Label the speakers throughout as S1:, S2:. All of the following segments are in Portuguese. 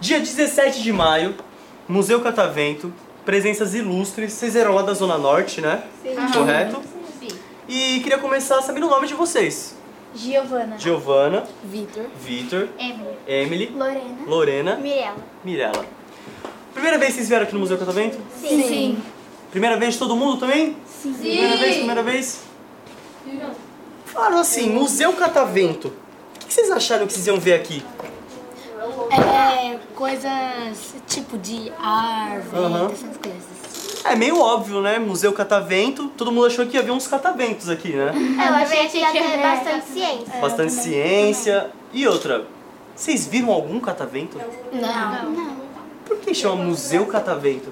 S1: Dia 17 de maio, Museu Catavento, presenças ilustres. Vocês eram lá da Zona Norte, né?
S2: Uhum.
S1: Correto? E queria começar sabendo o nome de vocês.
S3: Giovana.
S1: Giovana,
S4: Vitor.
S1: Vitor,
S3: Emily.
S1: Emily,
S3: Lorena.
S1: Lorena,
S3: Mirella.
S1: Mirella. Primeira vez que vocês vieram aqui no Museu Catavento?
S3: Sim.
S1: Primeira vez todo mundo também? Sim. Primeira vez, primeira vez? Falaram assim, Museu Catavento. O que vocês acharam que vocês iam ver aqui?
S4: É, coisas tipo de árvore,
S1: Aham.
S4: essas coisas.
S1: É meio óbvio, né? Museu Catavento, todo mundo achou que ia ver uns cataventos aqui, né?
S3: É, Eu achei que ia ter bastante
S2: É,
S3: ciência.
S1: Bastante ciência. E outra, vocês viram algum catavento?
S4: Não.
S1: Por que chama Museu Catavento?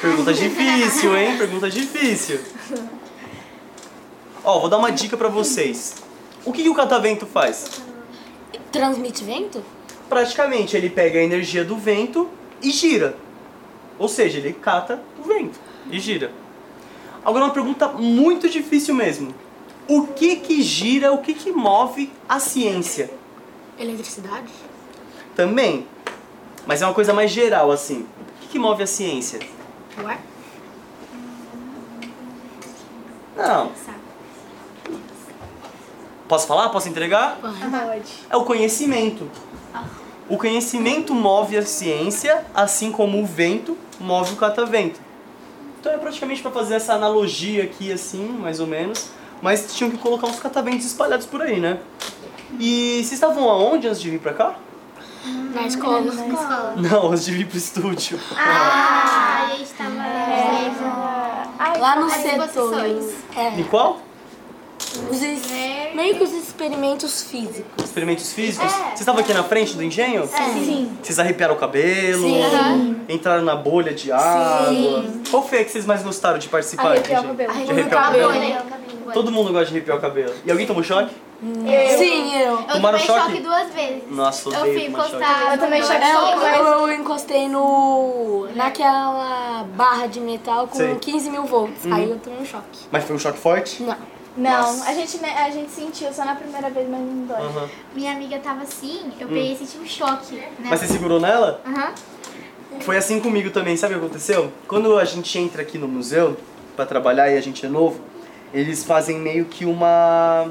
S1: Pergunta difícil, hein? Pergunta difícil. Ó, vou dar uma dica pra vocês. O que, que o catavento faz?
S4: Transmite vento?
S1: Praticamente, ele pega a energia do vento e gira. Ou seja, ele cata o vento e gira. Agora uma pergunta muito difícil mesmo. O que que gira, o que que move a ciência?
S4: Eletricidade?
S1: Também. Mas é uma coisa mais geral, assim. O que, que move a ciência?
S4: O ar?
S1: Não. Posso falar? Posso entregar?
S3: Pode.
S1: É o conhecimento. O conhecimento move a ciência, assim como o vento move o catavento. Então é praticamente para fazer essa analogia aqui, assim, mais ou menos. Mas tinham que colocar uns cataventos espalhados por aí, né? E vocês estavam aonde antes de vir pra cá?
S4: Na escola.
S3: escola.
S1: Não, antes de vir pro estúdio.
S3: Ah, a gente tava
S4: Lá no
S3: As
S4: setor.
S3: exposições.
S1: Em
S4: É.
S1: qual?
S4: Os es- meio que os experimentos físicos.
S1: Experimentos físicos? Vocês estavam aqui na frente do engenho?
S3: Sim.
S1: Vocês arrepiaram o cabelo? Entraram na bolha de água? Qual foi a que vocês mais gostaram de participar? gente? De arrepiar o cabelo?
S3: né?
S1: Todo mundo gosta de arrepiar o cabelo. E alguém tomou choque?
S4: Sim, eu.
S3: Eu
S1: Tomaram
S3: tomei
S1: choque?
S3: choque duas vezes.
S1: Nossa,
S3: Eu
S1: odeio
S3: fui
S1: tomar choque.
S3: encostar. Eu tomei choque
S4: É, Eu, eu encostei no. naquela barra de metal com
S1: Sei.
S4: 15 mil volts.
S1: Uhum.
S4: Aí eu tomei um choque.
S1: Mas foi um choque forte?
S4: Não.
S5: Não, a gente, a gente sentiu só na primeira vez, mas não dói.
S1: Aham.
S3: Minha amiga tava assim, eu peguei e senti um choque. Né?
S1: Hum. Mas você segurou nela?
S3: Aham.
S1: Foi assim comigo também, sabe o que aconteceu? Quando a gente entra aqui no museu pra trabalhar e a gente é novo, eles fazem meio que uma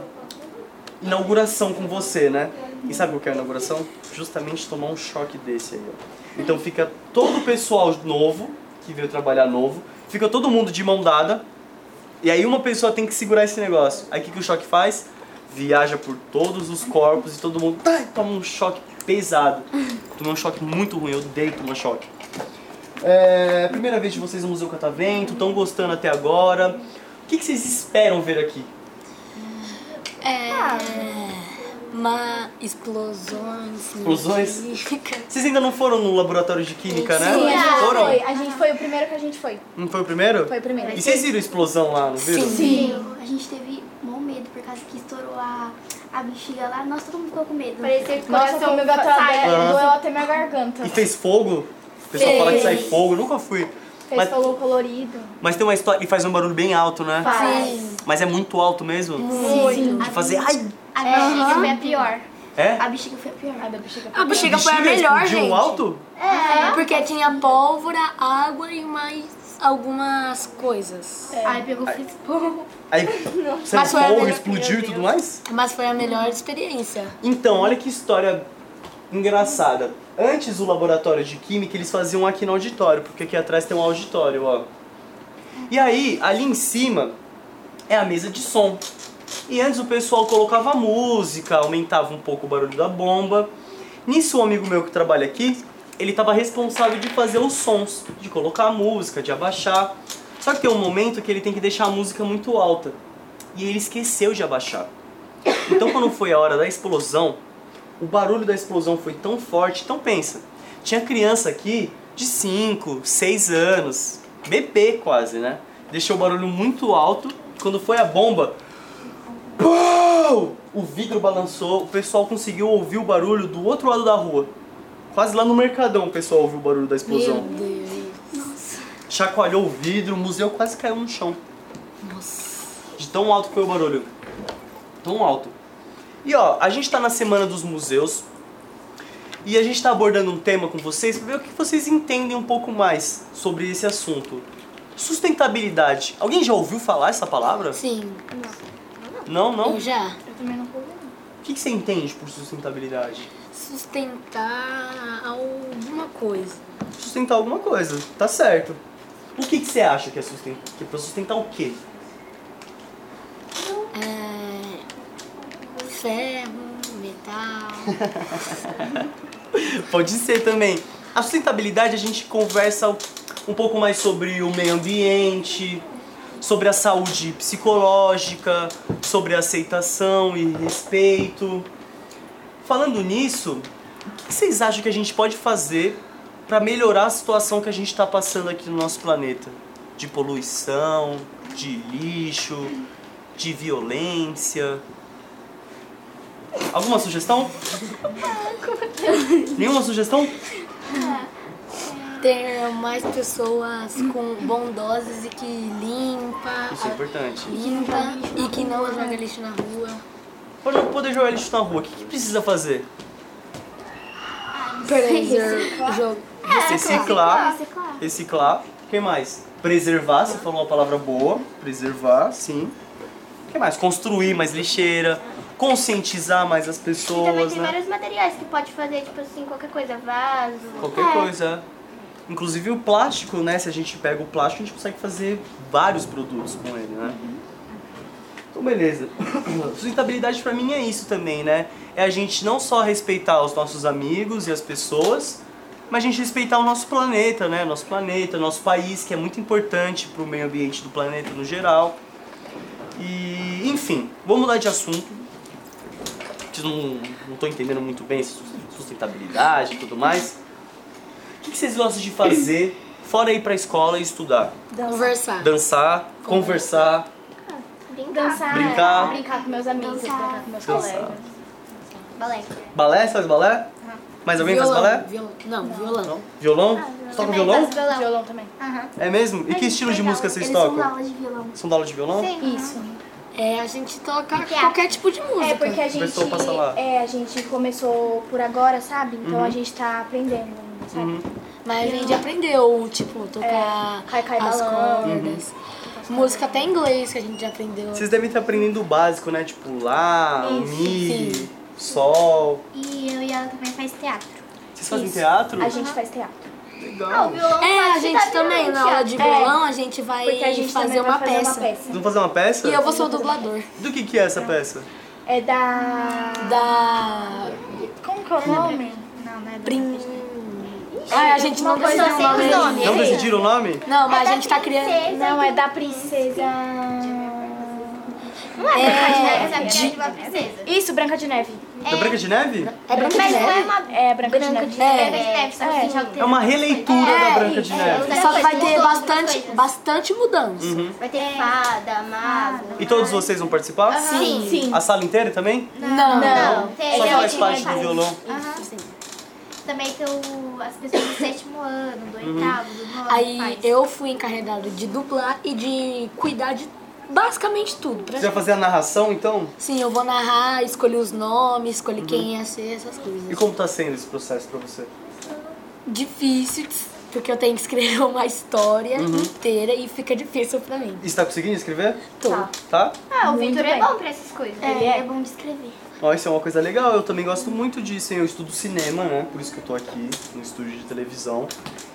S1: inauguração com você, né? E sabe o que é a inauguração? Justamente tomar um choque desse aí, ó. Então fica todo o pessoal novo, que veio trabalhar novo, fica todo mundo de mão dada, e aí uma pessoa tem que segurar esse negócio. Aí o que, que o choque faz? Viaja por todos os corpos e todo mundo ai, toma um choque pesado. Tomei um choque muito ruim, eu odeio tomar choque. É, primeira vez de vocês no Museu Catavento, estão gostando até agora. O que, que vocês esperam ver aqui?
S4: É. Uma explosões.
S1: Explosões?
S4: místicas.
S1: Vocês ainda não foram no laboratório de química, né?
S5: Sim, a gente
S1: foram?
S5: foi. A gente foi o primeiro que a gente foi.
S1: Não foi o primeiro?
S5: Foi o primeiro.
S1: E vocês viram a explosão lá, não viram?
S4: Sim.
S2: Meu, a gente teve bom medo por causa que estourou a, a bexiga lá. Nossa, todo mundo ficou com medo.
S3: Parecia que o
S5: Nossa,
S3: coração
S5: comigo até
S3: sai.
S1: Aham.
S5: doeu até minha garganta.
S1: E fez fogo? O pessoal fala que sai fogo, eu nunca fui.
S5: Fez
S1: Mas,
S5: falou colorido.
S1: mas tem uma história. E faz um barulho bem alto, né?
S3: Faz.
S1: Mas é muito alto mesmo?
S5: Muito.
S1: De fazer. Ai!
S3: A bexiga foi a pior.
S1: É?
S2: A bexiga foi a pior.
S5: A da bexiga.
S4: A bexiga foi a
S1: Bexiga
S4: melhor,
S1: explodiu um
S4: gente.
S1: alto?
S4: Porque tinha pólvora, água e mais algumas coisas.
S3: Ai, pegou frisbol.
S1: Aí saiu
S4: Mas foi a
S1: fogo,
S4: melhor-
S1: explodiu e tudo mais?
S4: Mas foi a melhor experiência.
S1: Então, olha que história engraçada. Antes o laboratório de química eles faziam aqui no auditório, porque aqui atrás tem um auditório, ó. E aí, ali em cima é a mesa de som. E antes o pessoal colocava música, aumentava um pouco o barulho da bomba. Nisso, um amigo meu que trabalha aqui, ele estava responsável de fazer os sons, de colocar a música, de abaixar. Só que tem um momento que ele tem que deixar a música muito alta. E ele esqueceu de abaixar. Então quando foi a hora da explosão, o barulho da explosão foi tão forte, então pensa, tinha criança aqui de 5, 6 anos, bebê quase, né? Deixou o barulho muito alto, quando foi a bomba, pau! o vidro balançou, o pessoal conseguiu ouvir o barulho do outro lado da rua. Quase lá no Mercadão o pessoal ouviu o barulho da
S4: Meu
S1: explosão.
S4: Deus.
S2: Nossa.
S1: Chacoalhou o vidro, o museu quase caiu no chão.
S4: Nossa.
S1: De tão alto que foi o barulho. Tão alto. E ó, a gente tá na semana dos museus. E a gente tá abordando um tema com vocês pra ver o que vocês entendem um pouco mais sobre esse assunto. Sustentabilidade. Alguém já ouviu falar essa palavra?
S4: Sim,
S1: Não, não?
S4: eu já.
S5: Eu também não vou ver.
S1: O que, que você entende por sustentabilidade?
S4: Sustentar alguma coisa.
S1: Sustentar alguma coisa, tá certo. O que, que você acha que é sustentar? Que é pra sustentar o quê?
S4: É, Ferro, metal.
S1: Pode ser também. A sustentabilidade a gente conversa um pouco mais sobre o meio ambiente, sobre a saúde psicológica, sobre aceitação e respeito. Falando nisso, o que vocês acham que a gente pode fazer para melhorar a situação que a gente está passando aqui no nosso planeta? De poluição, de lixo, de violência. Alguma sugestão? Nenhuma sugestão?
S4: Ter mais pessoas com bondosas e que limpa.
S1: Isso é importante.
S4: Limpa e que não joga lixo na rua.
S1: Pra não poder jogar lixo na rua, o que, que precisa fazer?
S4: Preservar. Jogo.
S2: É,
S1: Reciclar.
S2: Nossa, é claro.
S1: Reciclar. O que mais? Preservar, você falou uma palavra boa. Preservar, sim. O que mais? Construir mais lixeira. Conscientizar mais as
S2: E também
S1: pessoas,
S2: tem
S1: né?
S2: vários materiais que pode fazer, tipo assim, qualquer coisa, vaso. É,
S1: Qualquer coisa. Inclusive o plástico, né? Se a gente pega o plástico, a gente consegue fazer vários produtos com ele, né? Então, beleza. Sustentabilidade pra mim é isso também, né? É a gente não só respeitar os nossos amigos e as pessoas, mas a gente respeitar o nosso planeta, né? Nosso planeta, nosso país, que é muito importante pro meio ambiente do planeta no geral. E, enfim, vou mudar de assunto. Eu não, não tô entendendo muito bem essa sustentabilidade e tudo mais. O que que vocês gostam de fazer fora ir pra escola e estudar?
S2: Ah.
S4: Conversar.
S1: Dançar, conversar,
S2: Brincar.
S5: Dançar,
S1: Brincar.
S5: brincar com meus amigos,
S2: Dançar.
S5: brincar com meus
S1: Dançar.
S5: colegas.
S2: Balé.
S1: balé, você faz balé? Mais alguém faz balé?
S4: Violão. Não, violão.
S1: Não?
S2: Ah,
S1: Violão? Você toca violão?
S2: violão.
S5: Violão também.
S2: Aham.
S1: É mesmo? E que estilo de
S2: Legal.
S1: música vocês
S2: um- Eles vão dar
S1: tocam?
S2: aula de violão.
S1: São da aula de violão?
S2: Sim.
S5: Isso.
S4: É, a gente toca
S2: Porque a-
S4: qualquer tipo de música.
S5: É porque a gente,
S1: Começou a passar lá.
S5: é, a gente começou por agora, sabe? Então a gente tá aprendendo, sabe?
S1: Uhum.
S4: Mas a gente aprendeu, tipo, tocar
S5: Cai, cai,
S4: as
S5: balão.
S4: cordas. Música até em inglês que a gente já aprendeu.
S1: Vocês devem estar aprendendo o básico, né? Tipo lá,
S5: Isso,
S1: mi,
S4: sim.
S1: sol.
S2: E eu e ela também faz teatro.
S1: Vocês fazem
S4: Isso.
S1: teatro?
S5: A gente faz teatro.
S2: Ah,
S1: Legal.
S2: o violão
S4: É,
S2: pode
S4: a gente
S2: dar
S4: também,
S2: violão,
S4: na aula de
S2: teatro.
S4: violão, a gente vai
S5: Porque a gente
S4: fazer,
S5: também
S4: uma,
S5: vai fazer
S4: peça.
S5: uma peça.
S1: Vão fazer uma peça?
S4: E eu vou ser o dublador
S1: Do que que é essa peça?
S5: É da...
S4: da...
S5: Como que é o nome?
S2: Não, não é do-
S4: Prim... Ai, a gente não
S5: alguma
S4: decidiu o
S5: coisa assim,
S4: nome.
S2: os nomes.
S1: Não
S2: Sim.
S1: decidiram o nome?
S4: Não, mas
S2: da
S4: a gente tá criando...
S2: princesa.
S5: Não, é da princesa...
S2: Não é Branca de Neve, sabe?
S4: É,
S2: Que é de uma princesa.
S5: Isso, Branca de Neve.
S1: Da Branca de Neve?
S4: É Branca de
S2: Mas não é
S4: Neve?
S2: uma
S5: É, Branca,
S2: branca
S5: de
S2: de
S5: Neve.
S4: É.
S2: Branca de Neve, só que
S5: É.
S2: assim, já tem
S1: É uma releitura da Branca de
S2: é,
S1: Neve. Uhum.
S2: é.
S4: Só que vai
S2: Mudou
S4: ter
S2: algumas
S4: bastante,
S2: coisas.
S4: bastante mudança.
S2: Vai ter fada, mago.
S1: E todos vocês vão participar?
S2: É. Sim.
S5: Sim.
S1: A sala inteira também?
S4: Não.
S2: Não, tem.
S1: Só que
S2: tem
S1: faz
S2: alguém
S1: parte
S2: faz.
S1: do violão.
S2: Aham. Também tem o- as pessoas do sétimo ano, do oitavo, do nono.
S4: Aí
S2: faz.
S4: eu fui encarregado de dublar e de cuidar de basicamente tudo. pra
S1: Você vai fazer a narração então?
S4: Sim, eu vou narrar, escolhi os nomes, escolhi quem ia ser, essas
S1: E
S4: coisas.
S1: como tá sendo esse processo pra você?
S4: Difícil, porque eu tenho que escrever uma história inteira e fica difícil pra mim.
S1: E você tá conseguindo escrever?
S4: Tô.
S1: Tá?
S2: Ah, o
S5: Muito
S2: Vitor é
S5: bem.
S2: bom pra essas coisas.
S5: Ele
S2: Ele
S5: é.
S2: é bom de escrever.
S1: Ó, isso é uma coisa legal, eu também gosto muito disso, hein? Eu estudo cinema, né? Por isso que eu tô aqui no estúdio de televisão.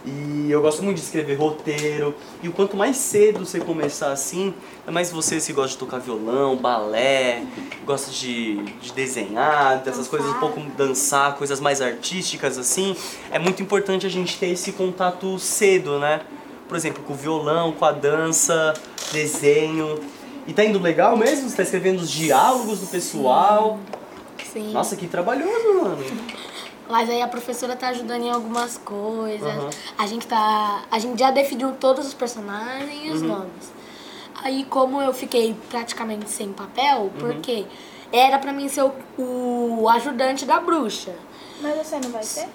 S1: E eu gosto muito de escrever roteiro. E o quanto mais cedo você começar assim, é mais vocês que gostam de tocar violão, balé, gosta de, de desenhar, dessas coisas um pouco dançar, coisas mais artísticas assim. É muito importante a gente ter esse contato cedo, né? Por exemplo, com o violão, com a dança, desenho. E tá indo legal mesmo? Você tá escrevendo os diálogos do pessoal?
S4: Sim.
S1: Nossa, que trabalhoso, mano.
S4: Mas aí a professora tá ajudando em algumas coisas.
S1: Aham.
S4: A gente tá. A gente já definiu todos os personagens e os nomes. Aí como eu fiquei praticamente sem papel, porque era pra mim ser o, o ajudante da bruxa.
S5: Mas você não vai ser?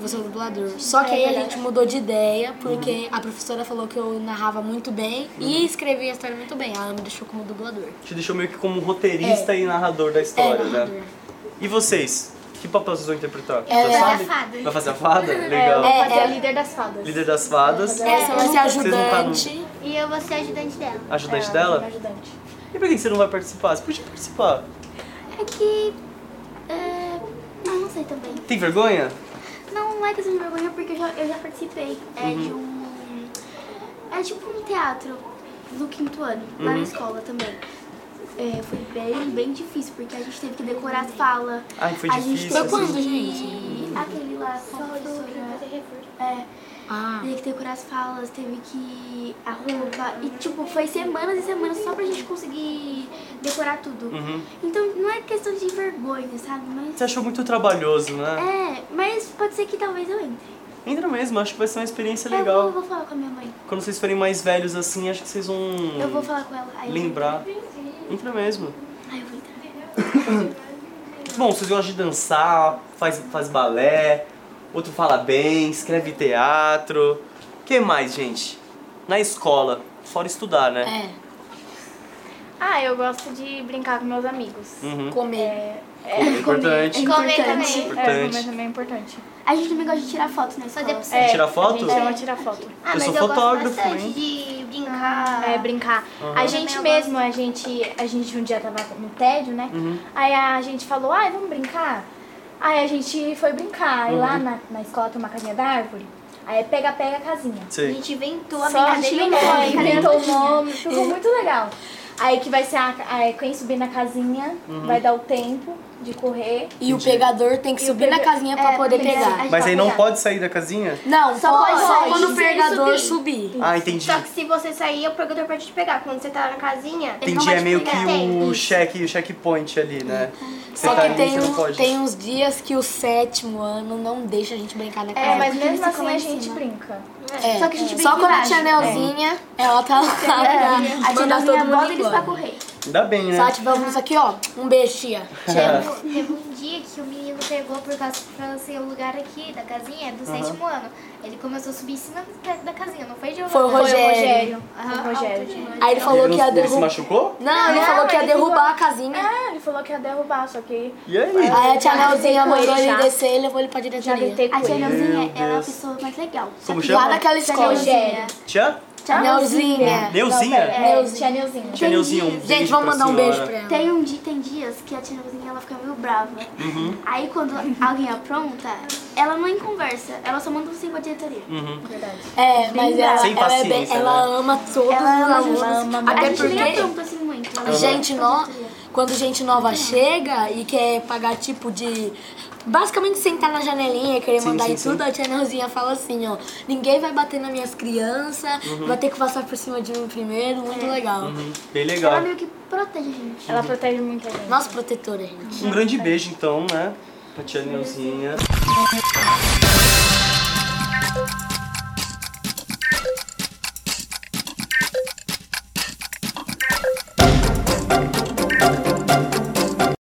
S4: Você é o dublador. Só que aí a gente mudou de ideia, porque a professora falou que eu narrava muito bem e escrevia a história muito bem. Ela me deixou como dublador.
S1: Te deixou meio que como um roteirista e narrador da história,
S4: narrador.
S1: né? E vocês? Que papel vocês vão interpretar?
S4: É,
S3: Vai
S1: Já sabe?
S3: a fada.
S1: Vai fazer a fada?
S5: É, eu
S1: Legal.
S5: vou fazer
S4: É,
S5: a
S4: é.
S5: líder das fadas.
S1: Líder das fadas.
S4: Essa
S1: Vocês É,
S4: vai ser
S1: não tá no-
S4: ajudante.
S2: E eu vou ser ajudante dela.
S1: Ajudante
S5: É,
S1: dela?
S5: Ajudante.
S1: E por que que você não vai participar? Você podia participar.
S2: É que. É, eu não sei também.
S1: Tem vergonha?
S2: Não, não é que eu seja vergonha, porque eu já, eu já participei. É de um. É tipo um teatro do quinto ano, lá na escola também. É, foi bem, bem difícil, porque a gente teve que decorar a fala.
S1: Ai, foi
S2: a gente
S1: difícil. assim.
S2: teve
S4: Foi quando,
S2: que-
S4: gente?
S2: Aquele lá, com a professora. É,
S4: Ah,
S2: teve que decorar as falas, teve que. a roupa. E tipo, foi semanas e semanas só pra gente conseguir decorar tudo.
S1: Uhum.
S2: Então não é questão de vergonha, sabe? Mas.
S1: Você achou muito trabalhoso, né?
S2: É, mas pode ser que talvez eu entre.
S1: Entra mesmo, acho que vai ser uma experiência
S2: Eu vou,
S1: legal.
S2: vou falar com a minha mãe.
S1: Quando vocês forem mais velhos assim, acho que vocês vão
S2: Eu vou falar com ela. Aí eu-
S1: lembrar. Entra mesmo.
S2: Aí eu vou entrar.
S1: Bom, vocês gostam de dançar, faz, faz balé, outro fala bem, escreve teatro. O que mais, gente? Na escola, fora estudar, né?
S4: é.
S5: Ah, eu gosto de brincar com meus amigos.
S1: Uhum.
S4: Comer.
S1: É importante.
S3: Comer também.
S2: Importante.
S5: É,
S1: Importante.
S5: mas também é importante.
S2: A gente também gosta de tirar foto né? na escola.
S3: depois-
S5: É,
S1: Tirar
S5: A
S1: foto?
S5: gente ama tirar foto.
S3: Ah,
S1: Eu
S3: mas
S1: sou
S3: eu
S1: fotógrafo,
S3: gosto bastante
S1: hein?
S3: de brincar.
S2: Ah,
S5: É, brincar. A gente
S3: Eu
S5: mesmo, a gente, a gente um dia tava no tédio, né? Aí a gente falou, ai, vamos brincar? Aí a gente foi brincar. Aí lá na, na escola tem uma casinha da árvore. Aí é pega, pega a casinha.
S3: A
S1: Sim.
S3: gente inventou a
S5: Só a gente
S3: brincadeira É. inteira.
S5: inventou, inventou o nome, ficou muito legal. Aí que vai ser a, aí quem subir na casinha vai dar o tempo de correr.
S4: E o pegador tem que subir na
S5: pega-
S4: casinha pra poder
S5: pegar-
S4: pegar.
S1: Mas aí não pode sair da casinha?
S4: Não, só,
S3: pode
S4: só
S3: sair
S4: quando
S3: se
S4: o
S3: ele
S4: pegador
S3: subir.
S4: subir.
S1: Ah, entendi.
S3: Só que se você sair, o pegador pode te pegar. Quando você tá na casinha, ele não
S1: Entendi,
S3: vai
S1: é
S3: te
S1: meio que
S3: pegar.
S1: o
S3: Tem.
S1: check, o checkpoint ali, né? Você
S4: Só
S1: tá
S4: que
S1: ali,
S4: tem,
S1: você não
S4: um-
S1: pode.
S4: tem uns dias que o sétimo ano não deixa a gente brincar na
S5: É,
S4: casa.
S5: mas mesmo
S2: ficam
S5: assim
S2: lá
S5: a
S2: em
S5: gente
S2: cima.
S5: brinca.
S4: É.
S2: Só que a gente brinca
S4: Só
S2: de
S4: quando a tia
S2: baixo.
S4: Nelzinha,
S1: É.
S4: ela tá lá
S2: A
S4: pra
S2: tia
S4: mandar
S2: Nelzinha
S4: todo
S2: bota
S4: mundo
S2: eles tá pra
S4: embora.
S2: correr.
S1: Ainda bem, né?
S4: Só ativamos tipo, isso aqui, ó. Um beijo, tia.
S3: Teve, teve um dia que o menino pegou por causa pra ser o lugar aqui da casinha, é do sétimo ano. Ele começou a subir em cima da- da casinha, não foi Giovanna?
S4: Foi o
S5: Foi o
S4: Rogério.
S5: Rogério.
S3: Aham,
S5: Foi o Rogério.
S3: alto demais.
S4: Aí ele falou
S1: ele
S4: que
S1: não-
S4: ia
S1: ele se
S4: derrubar.
S1: machucou?
S4: Não, ele
S5: Não,
S4: falou que ia
S5: ele ficou-
S4: derrubar a
S3: É.
S4: casinha.
S5: Ah, ele falou que ia derrubar, só que
S1: E aí?
S4: Aí a tia Nelzinha mandou
S5: Já.
S4: ele descer e levou ele pra
S5: já
S4: diretoria.
S5: deitei com
S2: A tia
S5: ele.
S2: Nelzinha, ela é a
S1: Deus.
S2: pessoa mais legal.
S1: Como
S2: Só que-
S4: Lá
S1: chama?
S4: naquela escola.
S5: Rogério.
S1: Tia?
S5: Tchau,
S4: Neuzinha.
S1: Neuzinha?
S5: É, tia Neuzinha.
S1: Tia Neuzinha, um beijo
S4: Gente, vamos
S1: pra
S4: mandar um beijo pra
S1: senhora.
S4: ela.
S2: Tem um dia, tem dias que a tia Nelzinha, ela fica meio brava.
S1: Uhum.
S2: Aí quando alguém apronta, ela nem conversa. Ela só manda você ir pra diretoria.
S1: Uhum.
S4: É, mas ela,
S1: Sem
S4: ela, é bem-
S1: paciência,
S4: ela
S1: né?
S4: ama todos
S2: Ela ama
S4: os
S2: Jesus.
S4: alunos. Até
S2: a gente nem
S4: porque
S2: apronta assim muito. Ela
S4: gente
S2: vai
S4: no...
S2: pra diretoria.
S4: quando gente nova chega e quer pagar tipo de. Basicamente sentar na janelinha, querer
S1: Sim,
S4: mandar
S1: sim,
S4: e
S1: sim.
S4: tudo, a tia Nelzinha fala assim, ó, ninguém vai bater nas minhas crianças, vai ter que passar por cima de mim primeiro, muito legal.
S1: Uhum. Bem
S2: Ela
S1: legal.
S2: meio que protege a gente.
S5: Ela protege muito a gente.
S4: Nossa protetora, gente.
S1: Um grande beijo, então, né? Pra tia Neuzinha.